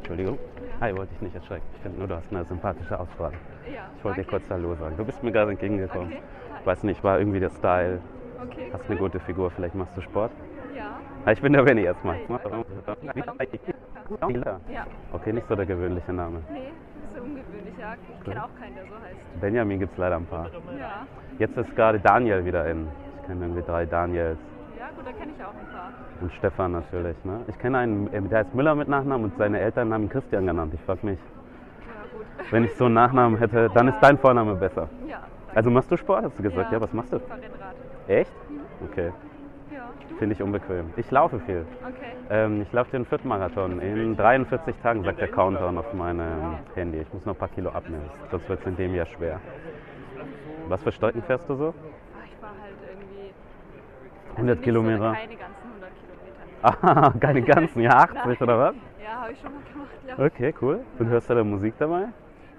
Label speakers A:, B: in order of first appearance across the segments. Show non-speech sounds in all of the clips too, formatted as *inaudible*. A: Entschuldigung. Hi, wollte ich nicht erschrecken. Ich finde nur, du hast eine sympathische Ausstrahlung.
B: Ja.
A: Ich wollte dir
B: danke.
A: kurz Hallo sagen. Du bist mir gerade entgegengekommen.
B: Okay. Hi.
A: Weiß nicht, war irgendwie der Style.
B: Okay.
A: Hast eine gute Figur, vielleicht machst du Sport.
B: Ja.
A: Ah, Ich bin der Benny erstmal.
B: Ja.
A: Okay, nicht so der gewöhnliche Name.
B: Nee, ein bisschen ungewöhnlich. Ja. Ich kenne auch keinen, der so heißt.
A: Benjamin gibt es leider ein paar.
B: Ja.
A: Jetzt ist gerade Daniel wieder in. Ich kenne irgendwie drei Daniels.
B: Ja, gut, da kenne ich auch ein paar.
A: Und Stefan natürlich. Ne? Ich kenne einen, äh, der heißt Müller mit Nachnamen und seine Eltern haben ihn Christian genannt. Ich frag mich,
B: Ja, gut. *laughs*
A: wenn ich so einen Nachnamen hätte, dann ist dein Vorname besser.
B: Ja. danke.
A: Also machst du Sport, hast du gesagt. Ja, was machst du?
B: Fahrrad.
A: Echt? Okay,
B: Ja. Du?
A: finde ich unbequem. Ich laufe viel.
B: Okay.
A: Ähm, ich laufe den Viertmarathon in 43 Tagen, sagt der Countdown auf meinem Handy. Ich muss noch ein paar Kilo abnehmen, sonst wird es in dem Jahr schwer. Was für Strecken fährst du so? *laughs*
B: Ah, ich war halt irgendwie. also
A: 100
B: nicht
A: Kilometer?
B: So, keine ganzen 100 Kilometer.
A: Ah, keine ganzen, ja, 80
B: Nein.
A: oder was?
B: Ja, habe ich schon mal gemacht, ja.
A: Okay, cool. Und hörst du da Musik dabei?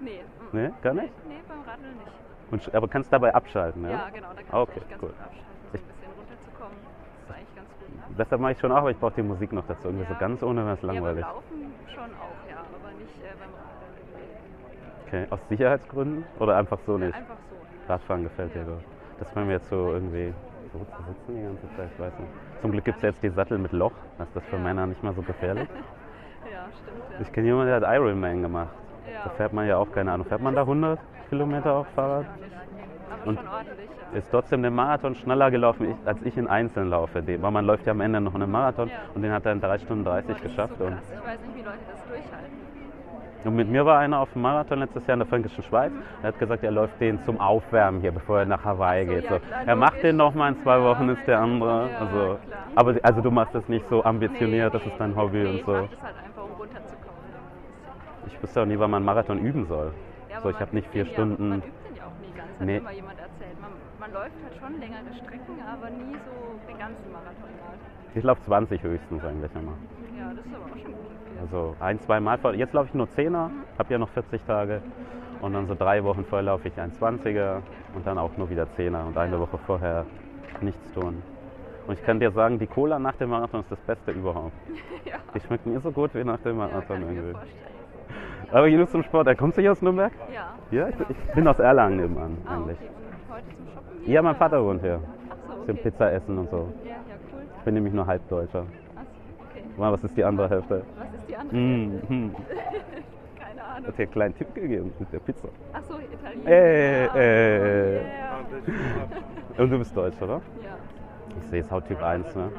B: Nee. mm.
A: Nee, gar nicht?
B: Nee, beim Radeln nicht.
A: Und, sch- aber kannst dabei abschalten,
B: Ja,
A: ja?
B: genau, da kann
A: Ah, okay,
B: ich echt ganz
A: cool.
B: gut abschalten, so ein bisschen runterzukommen. Das war eigentlich ganz gut. Ne?
A: Deshalb mache ich schon auch, aber ich brauche die Musik noch dazu. Irgendwie so
B: Ja.
A: ganz ohne wäre es langweilig.
B: Ja, beim Laufen schon auch, ja, aber nicht äh, beim Radeln.
A: Okay, aus Sicherheitsgründen oder einfach so nicht?
B: Einfach so.
A: Radfahren gefällt dir
B: Ja.
A: so. Das war mir jetzt so irgendwie so zu sitzen die ganze Zeit, ich weiß nicht. Zum Glück gibt es jetzt die Sattel mit Loch. Ist das für
B: Ja.
A: Männer nicht mehr so gefährlich?
B: Ja, stimmt. Ja.
A: Ich kenne jemanden, der hat Ironman gemacht.
B: ja.
A: Da fährt man ja auch, keine Ahnung, fährt man da 100 Kilometer auf Fahrrad?
B: Aber
A: Und-
B: schon ordentlich, ja.
A: Ist trotzdem den Marathon schneller gelaufen, ich- als ich in Einzeln laufe. Den- Weil man läuft ja am Ende noch einen Marathon
B: Ja.
A: und den hat er in 3 Stunden
B: Boah,
A: 30
B: das ist
A: geschafft.
B: So
A: Und,
B: krass. Ich weiß nicht, wie Leute das durchhalten.
A: und mit mir war einer auf dem Marathon letztes Jahr in der Fränkischen Schweiz. Er hat gesagt, er läuft den zum Aufwärmen hier, bevor er nach Hawaii
B: Ach so,
A: geht.
B: ja,
A: So.
B: klar,
A: Er macht
B: logisch.
A: den nochmal in zwei
B: Ja.
A: Wochen, ist der andere.
B: Ja,
A: Also,
B: klar.
A: aber also du machst das nicht so ambitioniert,
B: Nee,
A: das
B: nee.
A: ist dein Hobby
B: nee,
A: und so.
B: Ich mach das halt einfach, um runterzukommen.
A: Ich wüsste auch nie, wann man einen Marathon üben soll.
B: Ja,
A: so,
B: aber
A: ich habe
B: man
A: nicht
B: übt
A: vier
B: den
A: Stunden.
B: Ja, man übt den ja auch nie ganz,
A: Nee.
B: hat nee. immer jemand erzählt. Man, man läuft halt schon längere Strecken, aber nie so den ganzen Marathon mal.
A: Ich laufe 20 höchstens eigentlich immer.
B: Ja, das ist aber auch schon gut. Ja.
A: Also ein, zwei Mal vor. Jetzt laufe ich nur 10er,
B: Mhm.
A: habe ja noch 40 Tage. Und dann so drei Wochen vorher laufe ich ein 20er und dann auch nur wieder 10er und eine Woche vorher nichts tun. Und ich kann dir sagen, die Cola nach dem Marathon ist das Beste überhaupt.
B: *laughs* Ja.
A: Die schmeckt mir so gut wie nach dem
B: Ja,
A: Marathon
B: kann ich mir
A: irgendwie.
B: vorstellen.
A: Aber genug zum Sport. Er kommt sich aus Nürnberg?
B: Ja.
A: Ja, ich,
B: genau.
A: ich bin aus Erlangen nebenan
B: Ah, okay.
A: eigentlich.
B: Und heute zum Shoppen hier?
A: Ja, mein
B: oder?
A: Vater wohnt hier.
B: Ach so,
A: Zum
B: okay.
A: Pizza essen und so.
B: Ja, ja, cool.
A: Ich bin nämlich nur Halbdeutscher.
B: Ach so, okay.
A: Mann, Was ist die andere Hälfte?
B: Was ist die andere? Hälfte?
A: Mhm.
B: Keine Ahnung.
A: Hat dir einen kleinen Tipp gegeben mit der Pizza.
B: Ach so, Italien.
A: Äh,
B: Ah,
A: äh.
B: yeah.
A: Und du bist Deutsch, oder?
B: Ja.
A: Ich sehe es Hauttyp 1, ne?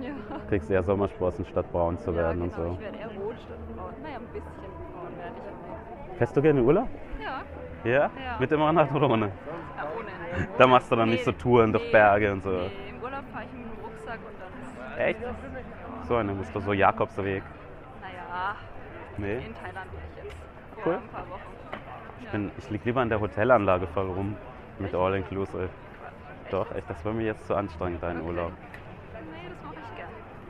B: Ja.
A: Kriegst eher Sommersprossen statt braun zu werden
B: ja,
A: und
B: genau.
A: so.
B: Ich werde eher rot statt braun. Naja, ein bisschen braun werde ich aber.
A: Fährst du gerne in Urlaub?
B: Ja,
A: Ja?
B: Ja.
A: Mit dem Rennrad oder ohne?
B: ja ohne.
A: Da machst du dann nicht so Touren durch
B: nee,
A: Berge und so.
B: Nee, im Urlaub fahre ich mit dem Rucksack und dann ist,
A: Echt? So eine musst du so Jakobsweg.
B: naja,
A: Nee.
B: in Thailand war ich jetzt. Vor
A: Cool.
B: ein paar Wochen.
A: Ich, bin, ich lieg lieber in der Hotelanlage voll rum. Mit All Inclusive.
B: Echt?
A: Doch, echt, das war mir jetzt zu anstrengend, dein
B: Okay.
A: Urlaub.
B: Nee, das mache ich gern.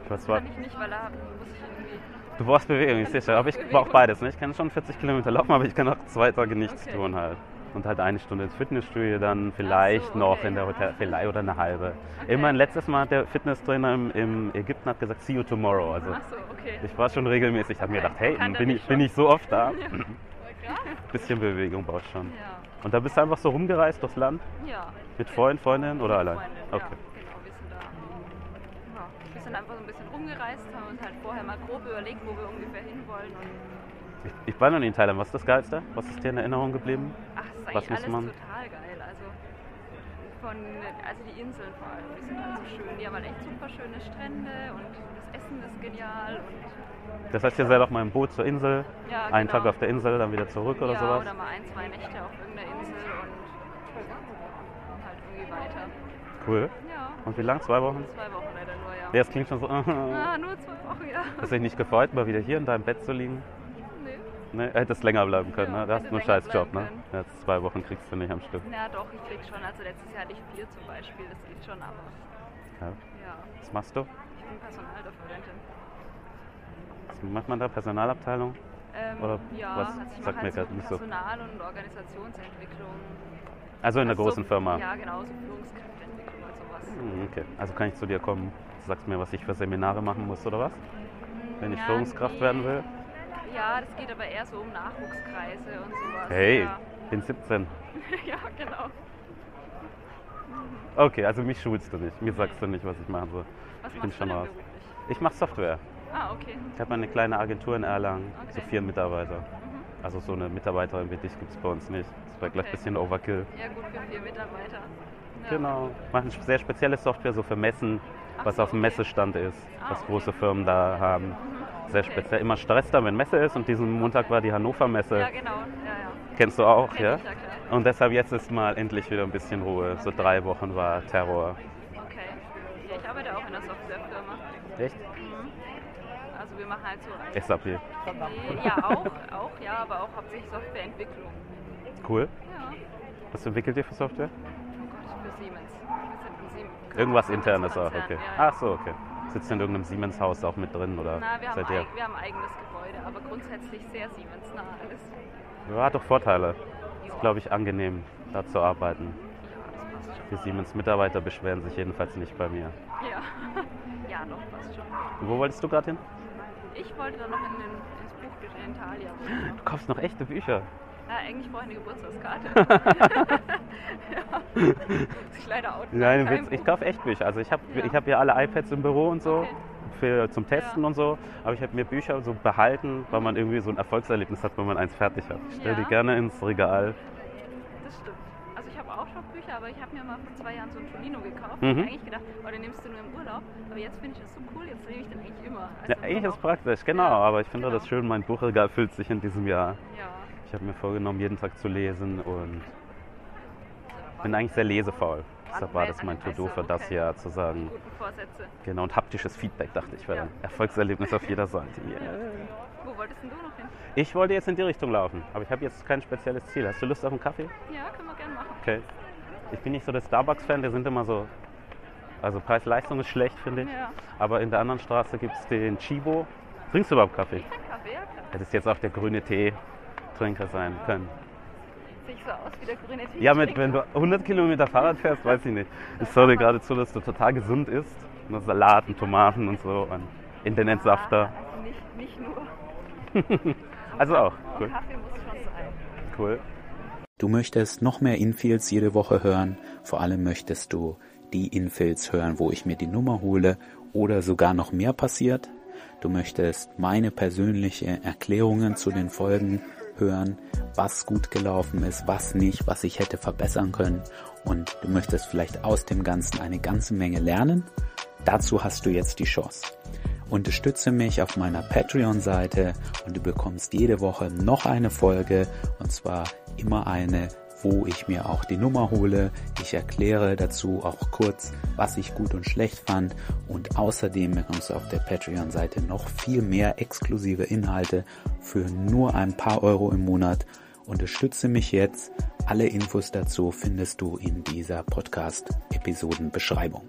A: Was war,
B: Kann ich nicht, weil da muss ich irgendwie.
A: du brauchst Bewegung, ich sehe schon. Aber ich brauche beides. Ne? Ich kann schon 40 Kilometer laufen, aber ich kann auch zwei Tage nichts
B: Okay.
A: tun halt. Und halt eine Stunde ins Fitnessstudio, dann vielleicht
B: Ach so,
A: noch
B: okay.
A: in der Hotel, vielleicht oder eine halbe.
B: Okay.
A: Immerhin, letztes Mal hat der Fitnesstrainer im, im Ägypten hat gesagt, see you tomorrow. Also
B: Ach so, okay.
A: ich war schon regelmäßig, habe mir
B: Okay,
A: gedacht, hey, bin
B: kann der
A: ich,
B: mich
A: bin
B: schon.
A: ich so oft
B: *laughs*
A: da?
B: Krass.
A: Bisschen Bewegung brauchst schon.
B: Ja.
A: Und da bist du einfach so rumgereist durchs Land
B: Ja.
A: mit Freund, Freundin oder allein?
B: Freundin, ja,
A: Okay.
B: genau, wir sind da. Ja, wir sind einfach so ein bisschen rumgereist, haben uns halt vorher mal grob überlegt, wo wir ungefähr hinwollen. Und
A: Ich, ich war noch nie in Thailand. Was ist das Geilste? Was ist dir in Erinnerung geblieben?
B: ach, es ist
A: Was
B: eigentlich
A: muss
B: alles
A: man-
B: total geil. Also, von, also die Inseln vor allem, die sind halt so schön. Die haben halt echt super schöne Strände und das Essen ist genial. Und,
A: Das heißt, ihr seid auf meinem Boot zur Insel,
B: ja,
A: einen
B: genau.
A: Tag auf der Insel, dann wieder zurück oder
B: ja,
A: sowas.
B: oder mal ein, zwei Nächte auf irgendeiner Insel und halt irgendwie weiter.
A: Cool.
B: Ja,
A: Und wie lang? Zwei Wochen?
B: zwei Wochen leider nur, ja.
A: Ja, das klingt schon so. *laughs*
B: Ah, nur zwei Wochen, ja. *laughs*
A: Hast du dich nicht gefreut, mal wieder hier in deinem Bett zu liegen?
B: Nee.
A: Ne? Hättest länger bleiben können,
B: Ja,
A: ne? Da hast
B: hätte
A: du einen
B: länger
A: scheiß Job, ne?
B: bleiben
A: Ja, zwei Wochen kriegst du nicht am Stück.
B: Na doch, ich krieg schon. Also letztes Jahr hatte ich vier zum Beispiel, das geht schon,
A: Ja.
B: aber ja,
A: Was machst du?
B: ich bin Personalreferentin.
A: Was macht man da? Personalabteilung?
B: Ähm,
A: Oder
B: ja,
A: was?
B: also ich
A: Sagt
B: mache
A: mir
B: halt so
A: grad nicht so.
B: Personal- und Organisationsentwicklung.
A: Also in der
B: Also
A: großen
B: so,
A: Firma.
B: Ja, genau, so Führungskräfteentwicklung und sowas.
A: Hm, Okay. Also kann ich zu dir kommen, du sagst mir, was ich für Seminare machen muss oder was? Wenn ich
B: Ja,
A: Führungskraft
B: nee.
A: werden will?
B: Ja, das geht aber eher so um Nachwuchskreise und sowas.
A: Hey,
B: Ja, *laughs*
A: bin 17.
B: ja genau.
A: Okay, also mich schulst du nicht. Mir sagst du nicht, was ich machen soll.
B: Was
A: bin
B: machst
A: schon
B: du denn
A: raus.
B: beruflich?
A: Ich mache Software.
B: Ah, okay.
A: Ich habe eine kleine Agentur in Erlangen,
B: Okay. Mhm.
A: so vier Mitarbeiter. Also so eine Mitarbeiterin wie dich gibt es bei uns nicht. Das wäre gleich ein
B: Okay.
A: bisschen Overkill.
B: Ja, gut für vier Mitarbeiter. Ja.
A: Genau. Machen sehr spezielle Software, so für Messen,
B: Ach
A: was
B: so,
A: auf dem
B: okay.
A: Messestand ist,
B: Ah,
A: was
B: okay.
A: große Firmen da haben. Sehr
B: Okay.
A: speziell. Immer Stress da, wenn Messe ist. Und diesen Montag war die Hannover-Messe.
B: Ja, genau. Ja, ja.
A: Kennst du auch,
B: Kenn
A: ja?
B: ich, ja, klar.
A: Und deshalb jetzt ist mal endlich wieder ein bisschen Ruhe. So drei Wochen war Terror.
B: Okay. Ja, ich arbeite auch in einer Softwarefirma.
A: Echt?
B: Mhm. Also wir machen halt so...
A: SAP.
B: Nee, ja, auch, auch, ja, aber auch hauptsächlich Softwareentwicklung.
A: Cool.
B: Ja.
A: Was entwickelt ihr für Software?
B: Oh Gott, ich bin Siemens. Wir sind ein Siemens-
A: Irgendwas internes auch,
B: Konzern,
A: okay.
B: Ja, ja.
A: Ach so, okay. Sitzt ihr in irgendeinem Siemens-Haus auch mit drin oder
B: Na, wir haben,
A: seid ihr?
B: eig- wir haben eigenes Gebäude, aber grundsätzlich sehr Siemens-nah alles.
A: Ja, hat doch Vorteile.
B: Ja.
A: Ist, glaube ich, angenehm, da zu arbeiten.
B: Ja, das passt schon.
A: Die Siemens-Mitarbeiter beschweren sich jedenfalls nicht bei mir.
B: Ja, *laughs* ja doch, passt schon.
A: Wo wolltest du gerade hin?
B: Ich wollte dann noch in den, ins Buch in Italia.
A: Du kaufst noch echte Bücher.
B: Ja, eigentlich brauche ich eine Geburtstagskarte.
A: *laughs*
B: *laughs* ja. Muss ich leider out.
A: Nein,
B: Kein
A: Witz, ich
B: Buch.
A: kaufe echt Bücher. Also ich habe
B: Ja.
A: ich hab hier alle iPads im Büro und so
B: Okay.
A: für, zum Testen
B: Ja.
A: und so. Aber ich habe mir Bücher so behalten, weil man irgendwie so ein Erfolgserlebnis hat, wenn man eins fertig hat. Ich stelle
B: Ja.
A: die gerne ins Regal.
B: Das stimmt. Also ich habe auch Shopbücher, aber ich habe mir mal vor zwei Jahren so einen Tolino gekauft.
A: Mhm.
B: Ich habe eigentlich gedacht, oh, den nimmst du nur im Urlaub. Aber jetzt finde ich das so cool, jetzt nehme ich den eigentlich immer. Also
A: Ja, eigentlich ist es
B: auch-
A: praktisch, genau.
B: Ja,
A: aber ich finde
B: genau.
A: das schön, mein Buchregal füllt sich in diesem Jahr.
B: Ja,
A: Ich habe mir vorgenommen, jeden Tag zu lesen und bin
B: Wann-
A: eigentlich sehr lesefaul. Deshalb war das mein
B: Also,
A: To-Do für das
B: okay.
A: Jahr, zu sagen,
B: guten Vorsätze.
A: genau, und haptisches Feedback, dachte ich, wäre
B: Ja.
A: ein Erfolgserlebnis auf jeder
B: *laughs*
A: Seite. Yeah.
B: Wo wolltest denn du noch hin?
A: Ich wollte jetzt in die Richtung laufen, aber ich habe jetzt kein spezielles Ziel. Hast du Lust auf einen Kaffee?
B: Ja, können wir gerne machen.
A: Okay. Ich bin nicht so der Starbucks-Fan, die sind immer so. Also Preis-Leistung ist schlecht, finde ich.
B: Ja.
A: Aber in der anderen Straße gibt es den Chibo. Trinkst du überhaupt Kaffee?
B: Ich kann Kaffee, ja klar.
A: Hättest jetzt auch der grüne Tee-Trinker sein können.
B: Sehe ich so aus wie der grüne Tee.
A: Ja, mit, wenn du 100 Kilometer Fahrrad fährst, weiß ich nicht. Ich sorry geradezu, dass du total gesund isst. Nur Salat und Tomaten und so und Internetsafter.
B: Ah, also nicht, nicht nur.
A: Also auch.
B: Und
A: Cool.
B: Kaffee muss schon sein.
A: cool.
C: Du möchtest noch mehr Infills jede Woche hören. Vor allem möchtest du die Infills hören, wo ich mir die Nummer hole oder sogar noch mehr passiert. Du möchtest meine persönliche Erklärungen zu den Folgen hören, was gut gelaufen ist, was nicht, was ich hätte verbessern können. Und du möchtest vielleicht aus dem Ganzen eine ganze Menge lernen. Dazu hast du jetzt die Chance. Unterstütze mich auf meiner Patreon-Seite und du bekommst jede Woche noch eine Folge und zwar immer eine, wo ich mir auch die Nummer hole. Ich erkläre dazu auch kurz, was ich gut und schlecht fand und außerdem bekommst du auf der Patreon-Seite noch viel mehr exklusive Inhalte für nur ein paar Euro im Monat. Unterstütze mich jetzt. Alle Infos dazu findest du in dieser Podcast-Episodenbeschreibung.